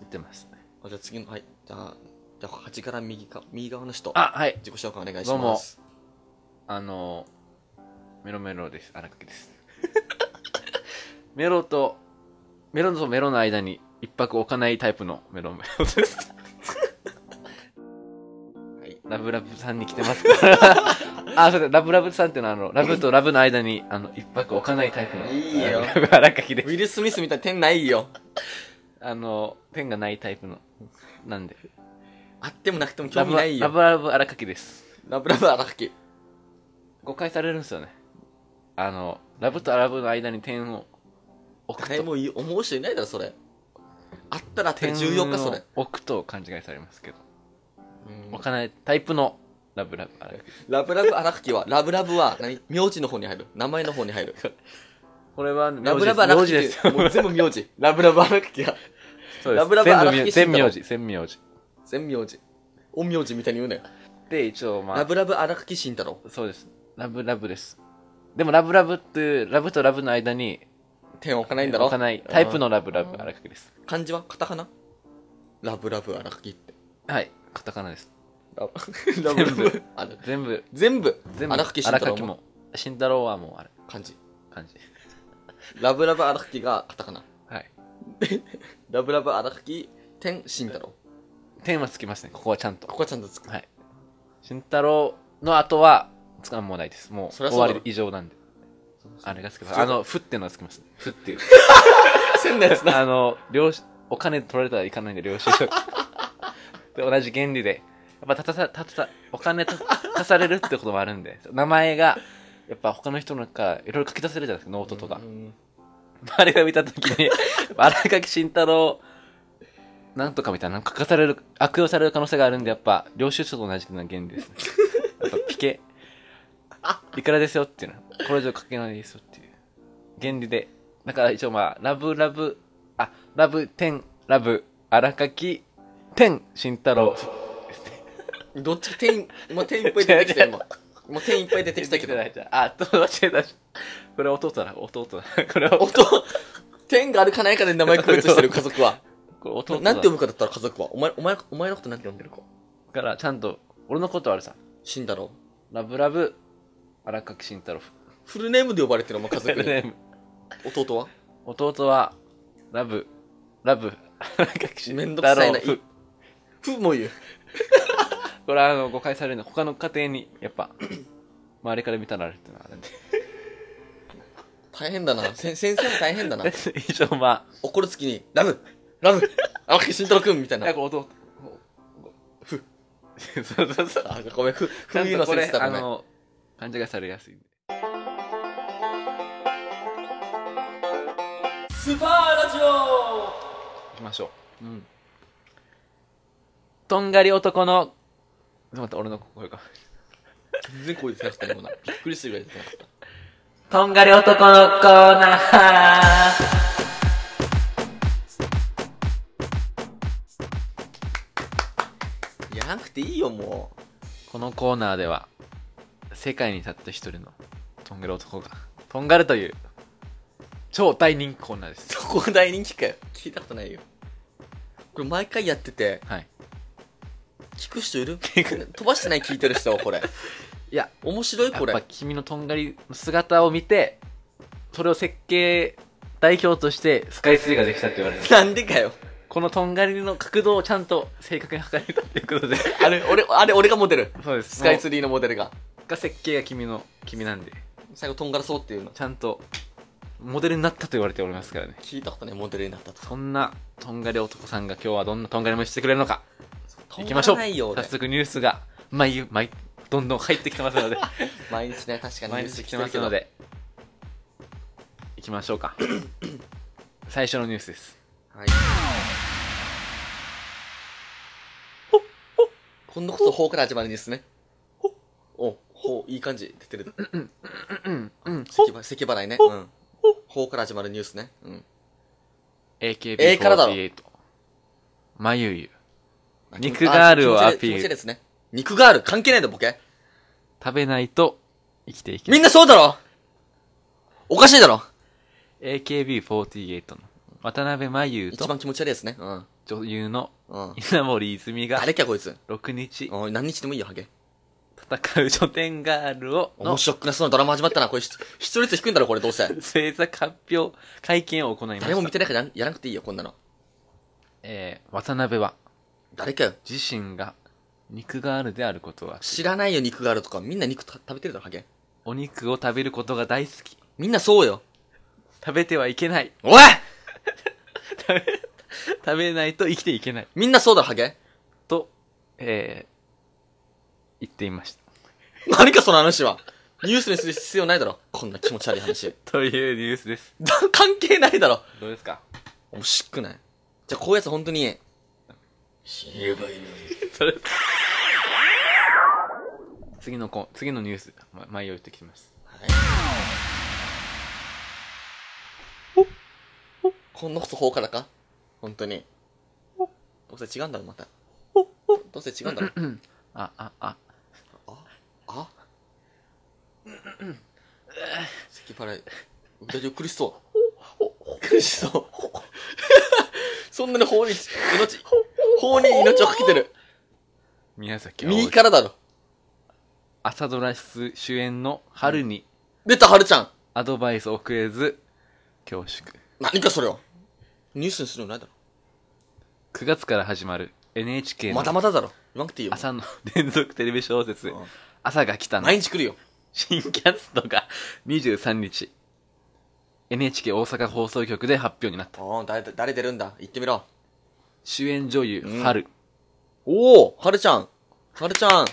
[SPEAKER 1] 言ってますね。
[SPEAKER 2] あじゃあ次の、はい。じゃあ、じゃあ、端から右か、右側の人。
[SPEAKER 1] あ、はい。
[SPEAKER 2] 自己紹介お願いし
[SPEAKER 1] どうも
[SPEAKER 2] ます。
[SPEAKER 1] あの、メロメロです。荒垣です。メロと、メロとメロの間に一泊置かないタイプのメロメロです。
[SPEAKER 2] はい。
[SPEAKER 1] ラブラブさんに来てますから。
[SPEAKER 2] [LAUGHS]
[SPEAKER 1] あ、そうだ、ラブラブさんっていうのは、あの、ラブとラブの間に、あの、一泊置かないタイプの。
[SPEAKER 2] いいよ
[SPEAKER 1] ラブ荒垣で
[SPEAKER 2] ウ
[SPEAKER 1] す。
[SPEAKER 2] ィル・スミスみたいな点ないよ。
[SPEAKER 1] あの、ペンがないタイプの。なんで。
[SPEAKER 2] あってもなくても興
[SPEAKER 1] ラブ
[SPEAKER 2] 味
[SPEAKER 1] ラ
[SPEAKER 2] ない
[SPEAKER 1] ブラブラ
[SPEAKER 2] よ。
[SPEAKER 1] ブ荒垣です。
[SPEAKER 2] ラブラブ荒垣。
[SPEAKER 1] 誤解されるんですよね。あの、ラブとラブの間に点を置く
[SPEAKER 2] 誰
[SPEAKER 1] と。
[SPEAKER 2] も言う思う人いないだろ、それ。あったらって
[SPEAKER 1] 点
[SPEAKER 2] 重要か、そ
[SPEAKER 1] を
[SPEAKER 2] れ。
[SPEAKER 1] 置くと勘違いされますけど。
[SPEAKER 2] うん
[SPEAKER 1] 置かないタイプのラブラブ荒垣です。
[SPEAKER 2] ラブラブ荒垣は、ラブラブは何、名字の方に入る。名前の方に
[SPEAKER 1] [LAUGHS]
[SPEAKER 2] 入る。
[SPEAKER 1] これは名字です、
[SPEAKER 2] ラブラブ荒
[SPEAKER 1] 名
[SPEAKER 2] 垣
[SPEAKER 1] 字
[SPEAKER 2] っ
[SPEAKER 1] です。
[SPEAKER 2] ていうもう全部名字。ラブラブ荒垣が、
[SPEAKER 1] そうです
[SPEAKER 2] ラブラブ荒垣
[SPEAKER 1] 全部名
[SPEAKER 2] 慎
[SPEAKER 1] 字、全名字。
[SPEAKER 2] 全名字。陰名字みたいに言うなよ。
[SPEAKER 1] で、一応まあ
[SPEAKER 2] ラ、ブラブ荒垣慎太郎。
[SPEAKER 1] そうです。ラブラブです。でもラブラブっていう、ラブとラブの間に、
[SPEAKER 2] 点置かないんだろ
[SPEAKER 1] 置かないタイプのラブラブ荒垣です。
[SPEAKER 2] 漢字はカタカナラブラブ荒垣って。
[SPEAKER 1] はい。カタカナです。
[SPEAKER 2] ラブラブラブあの
[SPEAKER 1] 全部、
[SPEAKER 2] 全部、
[SPEAKER 1] 全部、
[SPEAKER 2] 荒垣慎太郎
[SPEAKER 1] 荒
[SPEAKER 2] も
[SPEAKER 1] も。慎太郎はもうあれ、
[SPEAKER 2] 漢字。
[SPEAKER 1] 感じ。
[SPEAKER 2] ラブラブ荒垣がカタカナ。
[SPEAKER 1] はい。
[SPEAKER 2] ラブラブ荒垣、天慎太郎。
[SPEAKER 1] 点はつきますね、ここはちゃんと。
[SPEAKER 2] ここはちゃんと
[SPEAKER 1] [LAUGHS]
[SPEAKER 2] つく。
[SPEAKER 1] はい。慎太郎の後は、つかんもないです。もう、
[SPEAKER 2] そりゃ
[SPEAKER 1] 終
[SPEAKER 2] そうだ
[SPEAKER 1] わ
[SPEAKER 2] ろ
[SPEAKER 1] り以上なんで。あれがつきます。
[SPEAKER 2] そう
[SPEAKER 1] あの、ふっていうのはつきます。ふっていう。
[SPEAKER 2] 変なやつ
[SPEAKER 1] [LAUGHS]
[SPEAKER 2] だ。
[SPEAKER 1] あの、領収お金取られたらいかないんで、領収
[SPEAKER 2] [LAUGHS]
[SPEAKER 1] 書。で、同じ原理で。やっぱ、たたさ、たたさ、お金た、足されるってこともあるんで、名前が、やっぱ他の人のから、いろいろ書き出せるじゃないですか、ノートとか。
[SPEAKER 2] うん
[SPEAKER 1] [LAUGHS] あれが見たとき
[SPEAKER 2] [LAUGHS]
[SPEAKER 1] に、荒垣慎太郎、なんとかみたいな、書かされる、悪用される可能性があるんで、やっぱ、領収書と同じな原理です
[SPEAKER 2] [LAUGHS]
[SPEAKER 1] ね。やっぱ、ピケ、いくらですよっていうの。これ以上書けないですよっていう。原理で。だから一応まあ、ラブラブ、あ、ラブ、テン、ラブ、荒垣、テン、慎太郎。
[SPEAKER 2] どっちか天、もう天いっぱい出てき [LAUGHS] たよ、今。もう天いっぱい出てきたけど。
[SPEAKER 1] あ、と、間違えた。これ弟だ、弟だ。これは、こ
[SPEAKER 2] 音、天があるかないかで名前区別してる家 [LAUGHS] 族は。
[SPEAKER 1] れ
[SPEAKER 2] な
[SPEAKER 1] 弟
[SPEAKER 2] な
[SPEAKER 1] だ。
[SPEAKER 2] んて呼ぶかだったら家族は。お前、お前、お前のことなんて呼んでるか。
[SPEAKER 1] から、ちゃんと、俺のことはあれさ、
[SPEAKER 2] 慎太郎。
[SPEAKER 1] ラブラブ、荒垣慎太郎。
[SPEAKER 2] フルネームで呼ばれてる、お前家族に。
[SPEAKER 1] ね
[SPEAKER 2] 弟は
[SPEAKER 1] 弟は、ラブ、ラブ、荒垣慎
[SPEAKER 2] めん
[SPEAKER 1] 太
[SPEAKER 2] ど
[SPEAKER 1] 郎。
[SPEAKER 2] くさいな。いふも言う。
[SPEAKER 1] これはあの誤解されるの。他の家庭に、やっ
[SPEAKER 2] [CLEARS THROAT]
[SPEAKER 1] ぱ、周りから見たらあれっていうのはあるんで。
[SPEAKER 2] 大変だな。せ先生も大変だな。
[SPEAKER 1] [LAUGHS] 以上、ま
[SPEAKER 2] 怒る月に、ラブラブあ、慎太郎くんみたい
[SPEAKER 1] あ、
[SPEAKER 2] な。
[SPEAKER 1] なんか弟、 [LAUGHS] ふ。そうそうそう。
[SPEAKER 2] あ、ごめん、ふ、
[SPEAKER 1] ち
[SPEAKER 2] ふ
[SPEAKER 1] ゃん
[SPEAKER 2] ゆ
[SPEAKER 1] と
[SPEAKER 2] の
[SPEAKER 1] こ
[SPEAKER 2] 先
[SPEAKER 1] れ
[SPEAKER 2] 生、だ、
[SPEAKER 1] あ
[SPEAKER 2] ごめん。
[SPEAKER 1] の、勘違いされやすいんで。
[SPEAKER 2] スパーラジオ
[SPEAKER 1] 行きましょう。うん。とんがり男の、ちょっと待って、俺の声か。
[SPEAKER 2] 全然声出てなかったね、もうな。びっくりするぐらい出てなかった。
[SPEAKER 1] とんがり男のコーナー
[SPEAKER 2] やらなくていいよ、も
[SPEAKER 1] このコーナーでは世界にたった一人のとんがる男がとんがるという超大人気コーナーで
[SPEAKER 2] う。
[SPEAKER 1] す
[SPEAKER 2] そこ大人気かよ。聞いたことないよ。これ毎回やってて、
[SPEAKER 1] はい
[SPEAKER 2] 聞く人いる飛ばしてない聞いてる人、こ
[SPEAKER 1] [LAUGHS]
[SPEAKER 2] れ。
[SPEAKER 1] いや
[SPEAKER 2] 面白い、
[SPEAKER 1] やっ
[SPEAKER 2] こ
[SPEAKER 1] ぱ
[SPEAKER 2] れ。
[SPEAKER 1] 君のとんがりの姿を見てそれを設計代表としてスカイツリーができたって言われる
[SPEAKER 2] なんでかよ。
[SPEAKER 1] このとんがりの角度をちゃんと正確に測れたということで
[SPEAKER 2] あれ、俺、あれ、俺がモデル。
[SPEAKER 1] そうです
[SPEAKER 2] スカイツリーのモデルが。
[SPEAKER 1] が設計が君の君なんで
[SPEAKER 2] 最後、とんがらそうっていうの。
[SPEAKER 1] ちゃんとモデルになったと言われておりますからね
[SPEAKER 2] 聞いたことね、モデルになったと。
[SPEAKER 1] そんなとんがり男さんが今日はどんなとんがり飯してくれるのか行
[SPEAKER 2] い
[SPEAKER 1] きましょう
[SPEAKER 2] ないよ、
[SPEAKER 1] 早
[SPEAKER 2] 俺。
[SPEAKER 1] 速ニュースが毎毎どんどん入ってきてますので
[SPEAKER 2] 毎日ね、確かに。
[SPEAKER 1] 毎日来てますの。で行きましょう [COUGHS] か最初のニュースです
[SPEAKER 2] はい。ほ今度こそ、ほうから始まるんですね。お、ほう、いい感じ。出てる。
[SPEAKER 1] うんうん
[SPEAKER 2] 咳ば咳払いね。うん。ほうから始まるニュースね。うん。A からだろ
[SPEAKER 1] AKB48 まゆゆ肉ガールを
[SPEAKER 2] あ
[SPEAKER 1] アピール
[SPEAKER 2] 気持ち悪い気持ち悪いですね。肉ガール関係ないんだ、ボケ。
[SPEAKER 1] 食べないと生きていけな
[SPEAKER 2] み
[SPEAKER 1] い
[SPEAKER 2] んなそうだろおかしいだろ
[SPEAKER 1] AKB48 の渡辺真由
[SPEAKER 2] 一
[SPEAKER 1] と
[SPEAKER 2] 番気持ち悪いですね。うん。
[SPEAKER 1] 女優の
[SPEAKER 2] うん。
[SPEAKER 1] 稲森泉が
[SPEAKER 2] 誰かこいつ。
[SPEAKER 1] 6日
[SPEAKER 2] おい何日でもいいよ、ハゲ。
[SPEAKER 1] 戦う書店ガールを
[SPEAKER 2] 面
[SPEAKER 1] の
[SPEAKER 2] 白くなそうなドラマ始まったな。これ、視視聴率低いんだろ、これ、どうせ。
[SPEAKER 1] 制作発表会見を行いま
[SPEAKER 2] 誰も
[SPEAKER 1] し
[SPEAKER 2] 見
[SPEAKER 1] た、
[SPEAKER 2] てないからやんやらなくていいよ、こんなの。
[SPEAKER 1] えー、渡辺は
[SPEAKER 2] 誰かよ。
[SPEAKER 1] 自身が肉ガールであることは
[SPEAKER 2] 知らないよ、肉があるとか。みんな肉た食べてるだろ、ハゲ。
[SPEAKER 1] お肉を食べることが大好き
[SPEAKER 2] みんなそうよ。
[SPEAKER 1] 食べてはいけない
[SPEAKER 2] おい
[SPEAKER 1] 食べ [LAUGHS] 食べないと生きていけない
[SPEAKER 2] みんなそうだろ、ハゲ。
[SPEAKER 1] と、えー、言っていました
[SPEAKER 2] 何か、その話は。ニュースにする必要ないだろ。こんな気持ち悪い
[SPEAKER 1] [LAUGHS]
[SPEAKER 2] 話。
[SPEAKER 1] というニュースです
[SPEAKER 2] だ関係ないだろ。
[SPEAKER 1] どうですか
[SPEAKER 2] 面白くないじゃあ、こういうやつ本当に。死ねばいいのに。
[SPEAKER 1] それ次のこ次のニュース、ま、前用意してきてます
[SPEAKER 2] こんなこそ放火だか本当に。どうせ違うんだろ、また。どうせ違うんだろ。
[SPEAKER 1] あああ
[SPEAKER 2] あ咳払い。大丈夫、苦しそう。苦しそう。そんなに法に、命、法に命をかけてる。
[SPEAKER 1] 宮崎
[SPEAKER 2] 右
[SPEAKER 1] 葵
[SPEAKER 2] からだろ。
[SPEAKER 1] 朝ドラ出主演の春に
[SPEAKER 2] 出た、はるちゃん。
[SPEAKER 1] アドバイスをくれず恐縮
[SPEAKER 2] 何かそれを。ニュースにするのないだ
[SPEAKER 1] 9月から始まる NHK
[SPEAKER 2] ろ。
[SPEAKER 1] の
[SPEAKER 2] まだまだだろ。言わなくていいよ。
[SPEAKER 1] 朝の連続テレビ小説
[SPEAKER 2] うん
[SPEAKER 1] 「朝が来た」の
[SPEAKER 2] 毎日来るよ。
[SPEAKER 1] 新キャストが23日 NHK 大阪放送局で発表になった
[SPEAKER 2] おー誰、誰出るんだ言ってみろ。
[SPEAKER 1] 主演女優
[SPEAKER 2] うん
[SPEAKER 1] 春
[SPEAKER 2] おおはるちゃん。はるちゃん。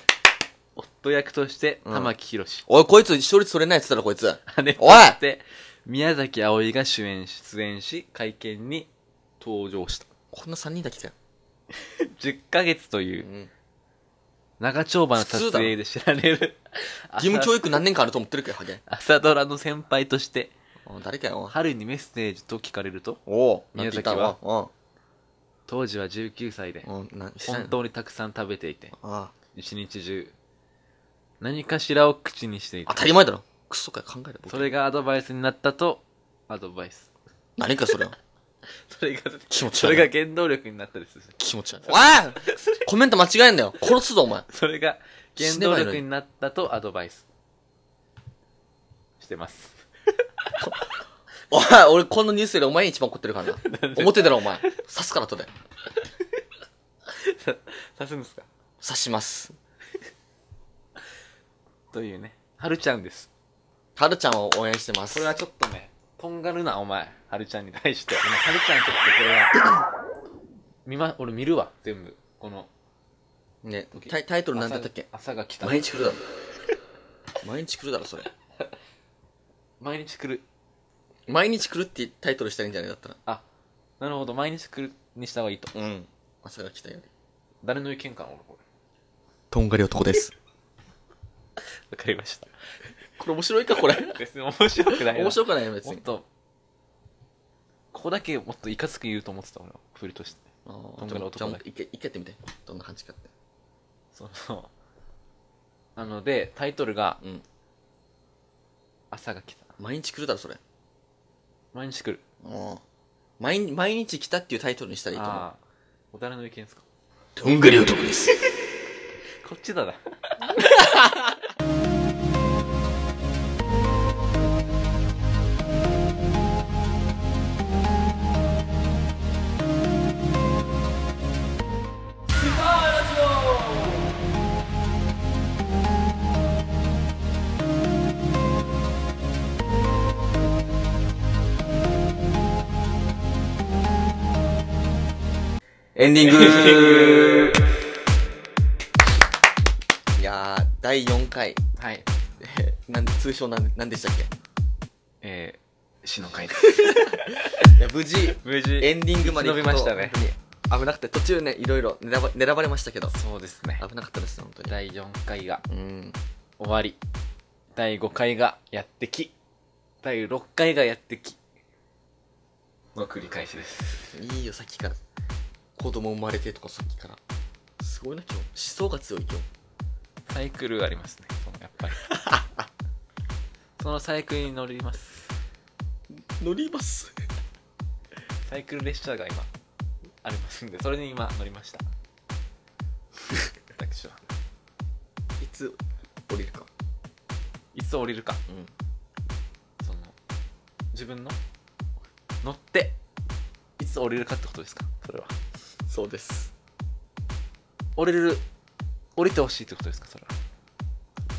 [SPEAKER 1] 夫役として
[SPEAKER 2] うん
[SPEAKER 1] 玉木宏
[SPEAKER 2] おい、こいつ、視聴率取れないやつだろ、こいつ。
[SPEAKER 1] 姉と
[SPEAKER 2] [LAUGHS] おい
[SPEAKER 1] して宮崎あおいが主演出演し会見に登場した
[SPEAKER 2] こんな3人だけかよ。。
[SPEAKER 1] 10ヶ月といううん長丁場の撮影で知られる
[SPEAKER 2] 義務教育何年間あると思ってるけど、ハゲ。
[SPEAKER 1] 朝朝ドラの先輩として
[SPEAKER 2] おい誰かよ。
[SPEAKER 1] 春にメッセージと聞かれると
[SPEAKER 2] おお
[SPEAKER 1] 宮崎は
[SPEAKER 2] は
[SPEAKER 1] 当時は19歳で
[SPEAKER 2] うん。うん、な、知らん
[SPEAKER 1] 本当にたくさん食べていて
[SPEAKER 2] ああ。
[SPEAKER 1] 一日中何かしらを口にしてい
[SPEAKER 2] 当
[SPEAKER 1] た
[SPEAKER 2] たり前だろ。クソかよ、考えろ。ボケ
[SPEAKER 1] それがアドバイスになったとアドバイス
[SPEAKER 2] 何かそれは。
[SPEAKER 1] それが
[SPEAKER 2] 気持ち
[SPEAKER 1] そ
[SPEAKER 2] 悪い。
[SPEAKER 1] れが原動力になったです
[SPEAKER 2] 気持ち悪い。おいコメント間違えんだよ。殺すぞ、お前。
[SPEAKER 1] それが原動力になったとアドバイスしてます。 [LAUGHS]
[SPEAKER 2] おい、俺このニュースよりお前一番怒ってる [LAUGHS] からな。表だろ、お前。刺すから、とで。
[SPEAKER 1] 刺すんですか
[SPEAKER 2] 刺します。
[SPEAKER 1] というね。はるちゃんです。
[SPEAKER 2] はるちゃんを応援してます。
[SPEAKER 1] これはちょっとね、とんがるな、お前。はるちゃんに対して。はるちゃんちょっとこれは、 [COUGHS] 見ま、俺見るわ、全部。この。
[SPEAKER 2] ね、タイタイトル何だったっけ
[SPEAKER 1] 朝朝が来た。
[SPEAKER 2] 毎日来るだろ。 [LAUGHS] 毎日来るだろ、それ。
[SPEAKER 1] 毎日来る。
[SPEAKER 2] 毎日来るってタイトルしたらいいんじゃないだったら。
[SPEAKER 1] あ、なるほど、毎日来るにした方がいいと。
[SPEAKER 2] うん。朝が来たより。
[SPEAKER 1] 誰の意見かな、俺こ
[SPEAKER 2] とんがり男です。
[SPEAKER 1] れ。わかりました。
[SPEAKER 2] これ面白いか、これ。
[SPEAKER 1] 別に面白くないな。
[SPEAKER 2] 面白くないよ、別
[SPEAKER 1] もっ
[SPEAKER 2] に。
[SPEAKER 1] と、ここだけもっといかつく言うと思ってた、俺は。振りとして。
[SPEAKER 2] あー
[SPEAKER 1] とんがり男だ
[SPEAKER 2] じゃあもう一回、一回やってみて。どんな感じかって。
[SPEAKER 1] その、なので、タイトルが、
[SPEAKER 2] うん。
[SPEAKER 1] 朝が来た。
[SPEAKER 2] 毎日来るだろ、それ。
[SPEAKER 1] 毎日来る。
[SPEAKER 2] うん。毎日、毎日来たっていうタイトルにしたらいいと思う。
[SPEAKER 1] ああ。お誰の意見ですか
[SPEAKER 2] とんがり男です。
[SPEAKER 1] こっちだな。
[SPEAKER 3] エンディング
[SPEAKER 2] いやー、第4回。
[SPEAKER 1] [LAUGHS] はい。
[SPEAKER 2] えーなん通称なんなんでしたっ
[SPEAKER 1] えー、死の回です。
[SPEAKER 2] けいや無事、
[SPEAKER 1] [LAUGHS] 無事
[SPEAKER 2] エンディングまで行く
[SPEAKER 1] 忍び
[SPEAKER 2] と
[SPEAKER 1] ましたね。
[SPEAKER 2] 本当に危なくて、途中ね、いろいろ狙ば狙われましたけど、
[SPEAKER 1] そうですね。
[SPEAKER 2] 危なかったです、本当に。
[SPEAKER 1] 第4回が
[SPEAKER 2] うん。
[SPEAKER 1] 終わり。第5回がやってき。第6回がやってき。の繰り返しです。
[SPEAKER 2] いいよ、さっきから。子供生まれてとかさっきから。すごいな、今日。思想が強い、今日。
[SPEAKER 1] サイクルありますね。そのやっぱり。 [LAUGHS] そのサイクルに乗ります。
[SPEAKER 2] 乗ります。 [LAUGHS]
[SPEAKER 1] サイクル列車が今、ありますんで、それに今乗りました。私は。
[SPEAKER 2] いつ降りるか。
[SPEAKER 1] いつ降りるか。
[SPEAKER 2] うん。
[SPEAKER 1] その自分の乗っていつ降りるかってことですかそれは
[SPEAKER 2] そうです。
[SPEAKER 1] 降りる降りてほしいってことですかそれは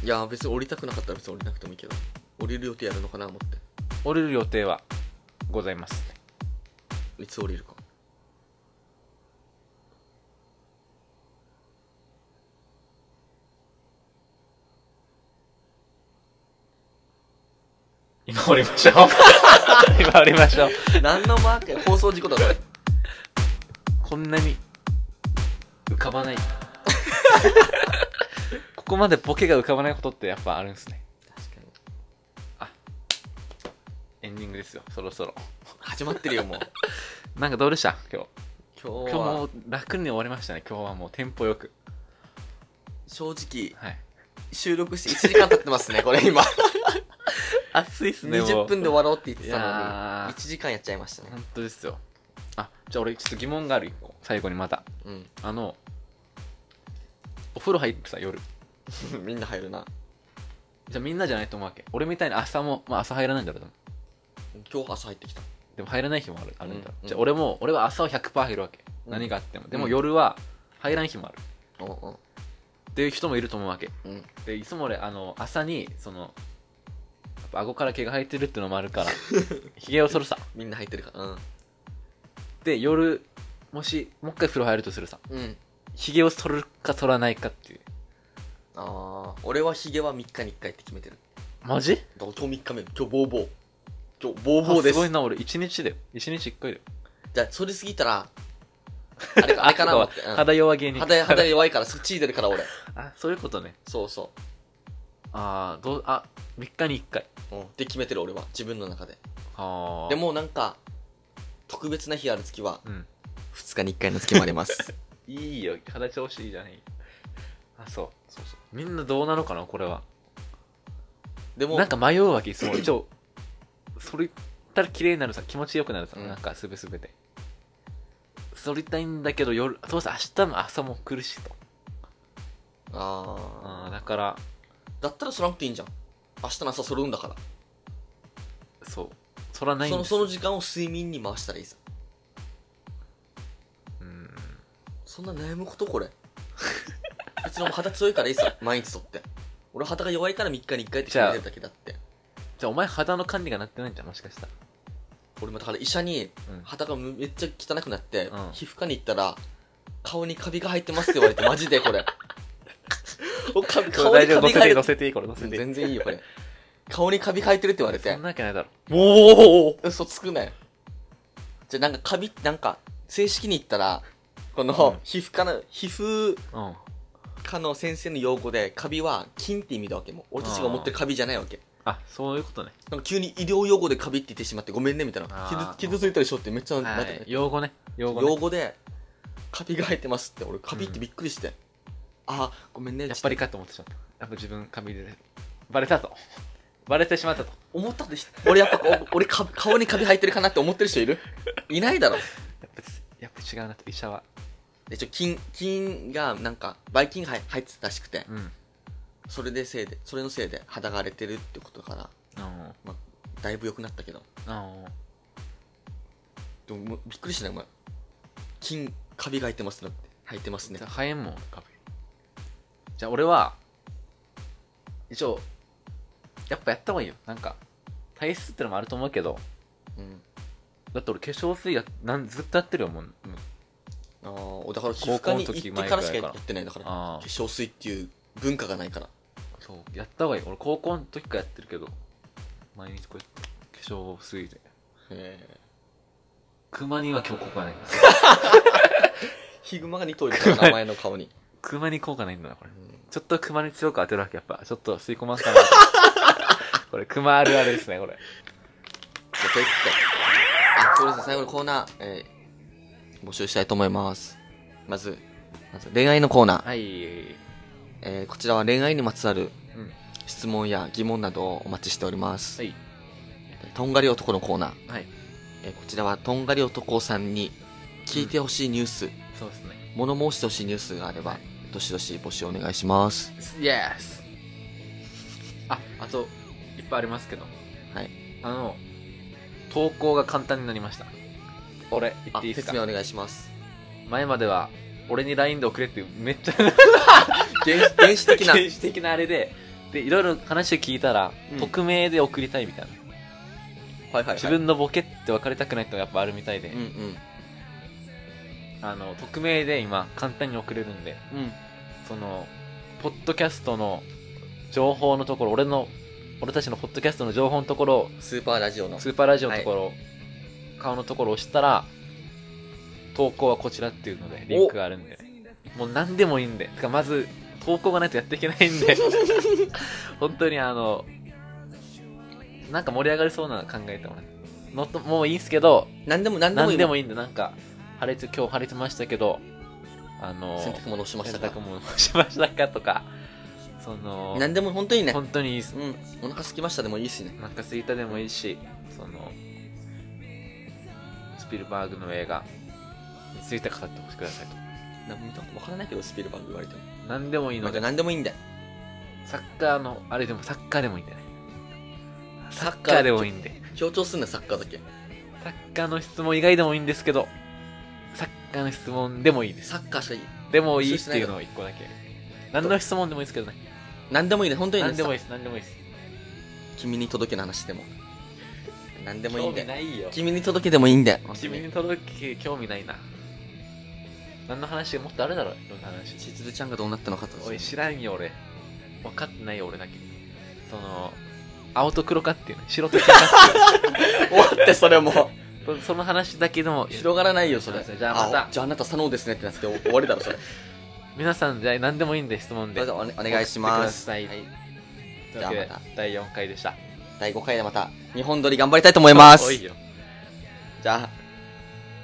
[SPEAKER 1] い
[SPEAKER 2] やー、別に降りたくなかったら別に降りなくてもいいけど。降りる予定やるのかな、思って。
[SPEAKER 1] 降りる予定はございますね
[SPEAKER 2] いつ降りるか。
[SPEAKER 1] 今降りましょう [LAUGHS] 今降りましょう
[SPEAKER 2] 何のマー [LAUGHS] クや放送事故だ、これ。
[SPEAKER 1] こんなに浮かばない [LAUGHS] ここまでボケが浮かばないことってやっぱあるんですね
[SPEAKER 2] 確かに。
[SPEAKER 1] エンディングですよそろそろ
[SPEAKER 2] 始まってるよ、もう。
[SPEAKER 1] なんかどうでした今日
[SPEAKER 2] 今日
[SPEAKER 1] 今日
[SPEAKER 2] は
[SPEAKER 1] も楽に終わりましたね今日はもうテンポよく
[SPEAKER 2] 正直
[SPEAKER 1] はい
[SPEAKER 2] 収録して1時間経ってますねこれ今
[SPEAKER 1] 暑いっすねもう
[SPEAKER 2] 20分で終わろうって言ってたのに
[SPEAKER 1] いやー
[SPEAKER 2] 1時間やっちゃいましたね
[SPEAKER 1] 本当ですよあじゃあ俺ちょっと疑問がある一個最後にまた
[SPEAKER 2] うん
[SPEAKER 1] あのお風呂入ってさ夜
[SPEAKER 2] [LAUGHS] みんな入るな
[SPEAKER 1] じゃあみんなじゃないと思うわけ俺みたいな朝も、まあ、朝入らないんだろうでも
[SPEAKER 2] 今日朝入ってきた
[SPEAKER 1] でも入らない日もあるあるんだろう、
[SPEAKER 2] うん
[SPEAKER 1] じゃあ俺も俺は朝は100%入るわけ、
[SPEAKER 2] うん
[SPEAKER 1] 何があってもで
[SPEAKER 2] う
[SPEAKER 1] も
[SPEAKER 2] ん
[SPEAKER 1] 夜は入らん日もある
[SPEAKER 2] うん
[SPEAKER 1] っていう人もいると思うわけ
[SPEAKER 2] うんうん
[SPEAKER 1] でいつも俺あの朝にそのやっぱ顎から毛が生えてるってのもある
[SPEAKER 2] [LAUGHS]
[SPEAKER 1] からひげを剃るさ
[SPEAKER 2] みんな入ってるからうん
[SPEAKER 1] で夜もしもう一回風呂入るとするさ
[SPEAKER 2] うん
[SPEAKER 1] ひげを剃るか剃らないかっていう
[SPEAKER 2] ああ俺はヒゲは3日に1回って決めてる
[SPEAKER 1] マジ
[SPEAKER 2] だから今日3日目今日ボーボー今日ボーボーです
[SPEAKER 1] すごいな、俺、一日だよ。一日一回だよ。
[SPEAKER 2] じゃあそれ過ぎた [LAUGHS] らあれかあれかな思って
[SPEAKER 1] そう
[SPEAKER 2] うん
[SPEAKER 1] 肌弱芸人。
[SPEAKER 2] 肌肌弱いからそっち出るから俺
[SPEAKER 1] [LAUGHS] あ、そういうことね。
[SPEAKER 2] そうそ
[SPEAKER 1] あー、どう、あ、3日に1回。
[SPEAKER 2] ううんって決めてる俺は自分の中で
[SPEAKER 1] あー。
[SPEAKER 2] で、もなんか特別な日ある月は
[SPEAKER 1] うん。
[SPEAKER 2] 2日に1回の月もあります [LAUGHS]
[SPEAKER 1] いいよ、肌調子いいじゃない。あ、そう。そうそう。みんなどうなのかな、これは。
[SPEAKER 2] でも
[SPEAKER 1] なんか迷うわけ、いつも。一応、それったら綺麗になるさ、気持ちよくなるさ、
[SPEAKER 2] うん
[SPEAKER 1] なんか、すべすべて。そりたいんだけど、夜、そうさ、明日の朝も来るしと。
[SPEAKER 2] あ
[SPEAKER 1] あー、だから、
[SPEAKER 2] ーだったらそらなくていいんじゃん明日の朝そるんだから
[SPEAKER 1] そう。そらないん
[SPEAKER 2] その
[SPEAKER 1] です
[SPEAKER 2] その時間を睡眠に回したらいいさ
[SPEAKER 1] うん。
[SPEAKER 2] そんな悩むことこれ [LAUGHS] 別に俺肌強いからいいさ毎日とって俺肌が弱いから3日に1回って決めてるだけだって
[SPEAKER 1] じゃあ、お前肌の管理がなってないんじゃん、もしかしたら。
[SPEAKER 2] 俺もだから医者に
[SPEAKER 1] うん
[SPEAKER 2] 肌がめめっちゃ汚くなって、
[SPEAKER 1] うん
[SPEAKER 2] 皮膚科に行ったら顔にカビが入ってますって言われてマジ
[SPEAKER 1] [LAUGHS]
[SPEAKER 2] でこれおカビ顔に
[SPEAKER 1] 大丈
[SPEAKER 2] カ
[SPEAKER 1] 夫、乗
[SPEAKER 2] ビ
[SPEAKER 1] せ
[SPEAKER 2] が入
[SPEAKER 1] て、
[SPEAKER 2] る
[SPEAKER 1] 乗せていいから、乗せていい。
[SPEAKER 2] 全然いいよこれ顔にカビ生えてるって言われて
[SPEAKER 1] そんなわけないだろ。
[SPEAKER 2] おお嘘つくなよじゃあなんかカビなんか正式に言ったらこ
[SPEAKER 1] うん
[SPEAKER 2] の皮膚科の皮膚
[SPEAKER 1] うん。
[SPEAKER 2] 科の先生の用語でカビは菌って意味だわけもう俺たちが思ってるカビじゃないわけ
[SPEAKER 1] あ、そういうことね。
[SPEAKER 2] なんか急に医療用語でカビって言ってしまってごめんねみたい
[SPEAKER 1] あ
[SPEAKER 2] な
[SPEAKER 1] ー
[SPEAKER 2] 傷傷ついたりしょってめっちゃな
[SPEAKER 1] は
[SPEAKER 2] んてね
[SPEAKER 1] い。用語ね。用語
[SPEAKER 2] 用
[SPEAKER 1] ね。
[SPEAKER 2] 語でカビが生えてますって俺カビってびっくりして、ああごめんね
[SPEAKER 1] やっぱりかと思ってしまった。やっぱ自分、髪で、バレたと。バレてしまったと。
[SPEAKER 2] 思ったでし俺やっぱこう俺か顔にカビ生えてるかなって思ってる人いるいないだろ
[SPEAKER 1] やっぱ、やっぱ違うなと、医者は。
[SPEAKER 2] でちょ菌菌がなんかばい菌が入入ってたらしくて
[SPEAKER 1] うん。うん。
[SPEAKER 2] それでせいでそれのせいで肌が荒れてるってことから
[SPEAKER 1] あ
[SPEAKER 2] だいぶ良くなったけど
[SPEAKER 1] あ。
[SPEAKER 2] でももうびっくりしたねお前菌カビが入ってますなって入ってますね
[SPEAKER 1] じゃあ、早いもん、髪。じゃあ、俺は、一応、やっぱやった方がいいよ。なんか、体質ってのもあると思うけど、
[SPEAKER 2] うん
[SPEAKER 1] だって俺化粧水や、なんずっとやってるよ、もう。もう
[SPEAKER 2] ああうだから皮膚科に行ってからしかやってないだから化
[SPEAKER 1] ああ
[SPEAKER 2] 粧水っていう文化がないから
[SPEAKER 1] そうやった方がいい俺高校の時からやってるけど毎日こうやって化粧水で
[SPEAKER 2] へえ
[SPEAKER 1] 熊には今日効果ないから
[SPEAKER 2] ヒグマが似とるから名前の顔 [LAUGHS] に、
[SPEAKER 1] 熊に効果ないんだなこれ
[SPEAKER 2] うん
[SPEAKER 1] ちょっと熊に強く当てるわけやっぱちょっと吸い込ませ [LAUGHS] たらこれ熊あるあるですねこれ
[SPEAKER 2] じゃあ、といって。あ、そうですね、最後のコーナー、えー募集したいと思います。まず、まず恋愛のコーナー。
[SPEAKER 1] はい
[SPEAKER 2] えーこちらは恋愛にまつわる
[SPEAKER 1] うん
[SPEAKER 2] 質問や疑問などをお待ちしております。
[SPEAKER 1] はい
[SPEAKER 2] とんがり男のコーナー。
[SPEAKER 1] はい
[SPEAKER 2] えーこちらはとんがり男さんに聞いてほしいニュース、
[SPEAKER 1] そうですね
[SPEAKER 2] 物申してほしいニュースがあれば、どしどし募集お願いします。
[SPEAKER 1] イエスああといっぱいありますけど
[SPEAKER 2] はい
[SPEAKER 1] あの投稿が簡単になりました俺言
[SPEAKER 2] あ、
[SPEAKER 1] っていいです
[SPEAKER 2] 説
[SPEAKER 1] か
[SPEAKER 2] 明お願いします。
[SPEAKER 1] 前までは俺に LINE で送れっていうめっちゃ
[SPEAKER 2] 原始原
[SPEAKER 1] [LAUGHS]
[SPEAKER 2] 始的な。
[SPEAKER 1] 原始的なあれででいろいろ話を聞いたら、
[SPEAKER 2] うん
[SPEAKER 1] 匿名で送りたいみたいな、
[SPEAKER 2] はいはい
[SPEAKER 1] 自。分のボケって分かりたくない人がやっぱあるみたいで、
[SPEAKER 2] うんうん。
[SPEAKER 1] あの匿名で今簡単に送れるんで
[SPEAKER 2] うん。
[SPEAKER 1] そのポッドキャストの情報のところ俺の俺たちのポッドキャストの情報のところ
[SPEAKER 2] スーパーラジオの。
[SPEAKER 1] スーパーラジオのところ、顔のところを押したら投稿はこちらっていうのでリンクがあるんでもう何でもいいんでてかまず投稿がないとやっていけないん
[SPEAKER 2] [LAUGHS]
[SPEAKER 1] で本当にあのなんか盛り上がりそうなの考えてもらってのともういいんすけど
[SPEAKER 2] 何でも何でもい
[SPEAKER 1] 何
[SPEAKER 2] い
[SPEAKER 1] で
[SPEAKER 2] もん
[SPEAKER 1] もいいんでなんか晴れて今日晴れてましたけどあの
[SPEAKER 2] 洗濯物をしました
[SPEAKER 1] 洗
[SPEAKER 2] か
[SPEAKER 1] 濯物しましたかとかその
[SPEAKER 2] 何でも本当にね
[SPEAKER 1] 本当にいいっす
[SPEAKER 2] うんお腹空きましたでもいいしね
[SPEAKER 1] なんかスイータでもいいしそのスピルバーグの映画について語ってほしくださいと
[SPEAKER 2] 何も分からないけどスピルバーグ言われても
[SPEAKER 1] 何でもいい
[SPEAKER 2] な
[SPEAKER 1] の
[SPEAKER 2] んか
[SPEAKER 1] で
[SPEAKER 2] 何でもいいんだよ
[SPEAKER 1] サッカーのあれでもサッカーでもいいんでね
[SPEAKER 2] サッ
[SPEAKER 1] サッカーでもいいんで
[SPEAKER 2] 強調すんなサッカーだけ
[SPEAKER 1] サッカーの質問以外でもいいんですけどサッカーの質問でもいいです
[SPEAKER 2] サッカーしかいい
[SPEAKER 1] でもいいっていうのを一個だけ何の質問でもいいですけどね
[SPEAKER 2] 何でもいいね本当にね
[SPEAKER 1] 何でもいい
[SPEAKER 2] さ
[SPEAKER 1] です何でもいいです
[SPEAKER 2] 君に届けの話でも何でもいい
[SPEAKER 1] 興
[SPEAKER 2] ん
[SPEAKER 1] 味
[SPEAKER 2] で
[SPEAKER 1] ないよ
[SPEAKER 2] 君に届けでもいいんで
[SPEAKER 1] 君に届け興味ないな何の話もっとあるだろいろんな話
[SPEAKER 2] しずるちゃんがどうなったのかと
[SPEAKER 1] おい知らんよ俺分かってないよ俺だけその青と黒かっていうね白と黒か
[SPEAKER 2] 終わってそれも
[SPEAKER 1] っていう [LAUGHS] そその話だけでも
[SPEAKER 2] [LAUGHS] 広がらないよそれ
[SPEAKER 1] そうですねじゃあまた
[SPEAKER 2] じゃああなた佐野ですねってなって終わりだろそれ
[SPEAKER 1] 皆さんじゃあ何でもいいんで質問で
[SPEAKER 2] どうぞお,、お願いします
[SPEAKER 1] 送ってくださいというわけで
[SPEAKER 2] じゃあま
[SPEAKER 1] 第4回でした
[SPEAKER 2] 第5回でまた日本撮り頑張りたいと思います
[SPEAKER 1] おいよ
[SPEAKER 2] じゃあ、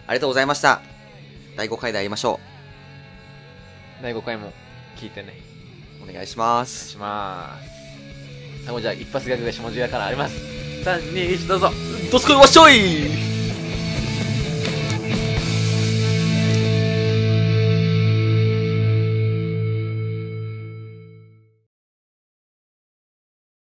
[SPEAKER 2] ありがとうございました。第5回で会いましょ
[SPEAKER 1] 第5回も聞いてね
[SPEAKER 2] う。お願いします。
[SPEAKER 1] します最後じゃあ一発ギャグが下地屋からあります321どうぞ
[SPEAKER 2] どすこいましょい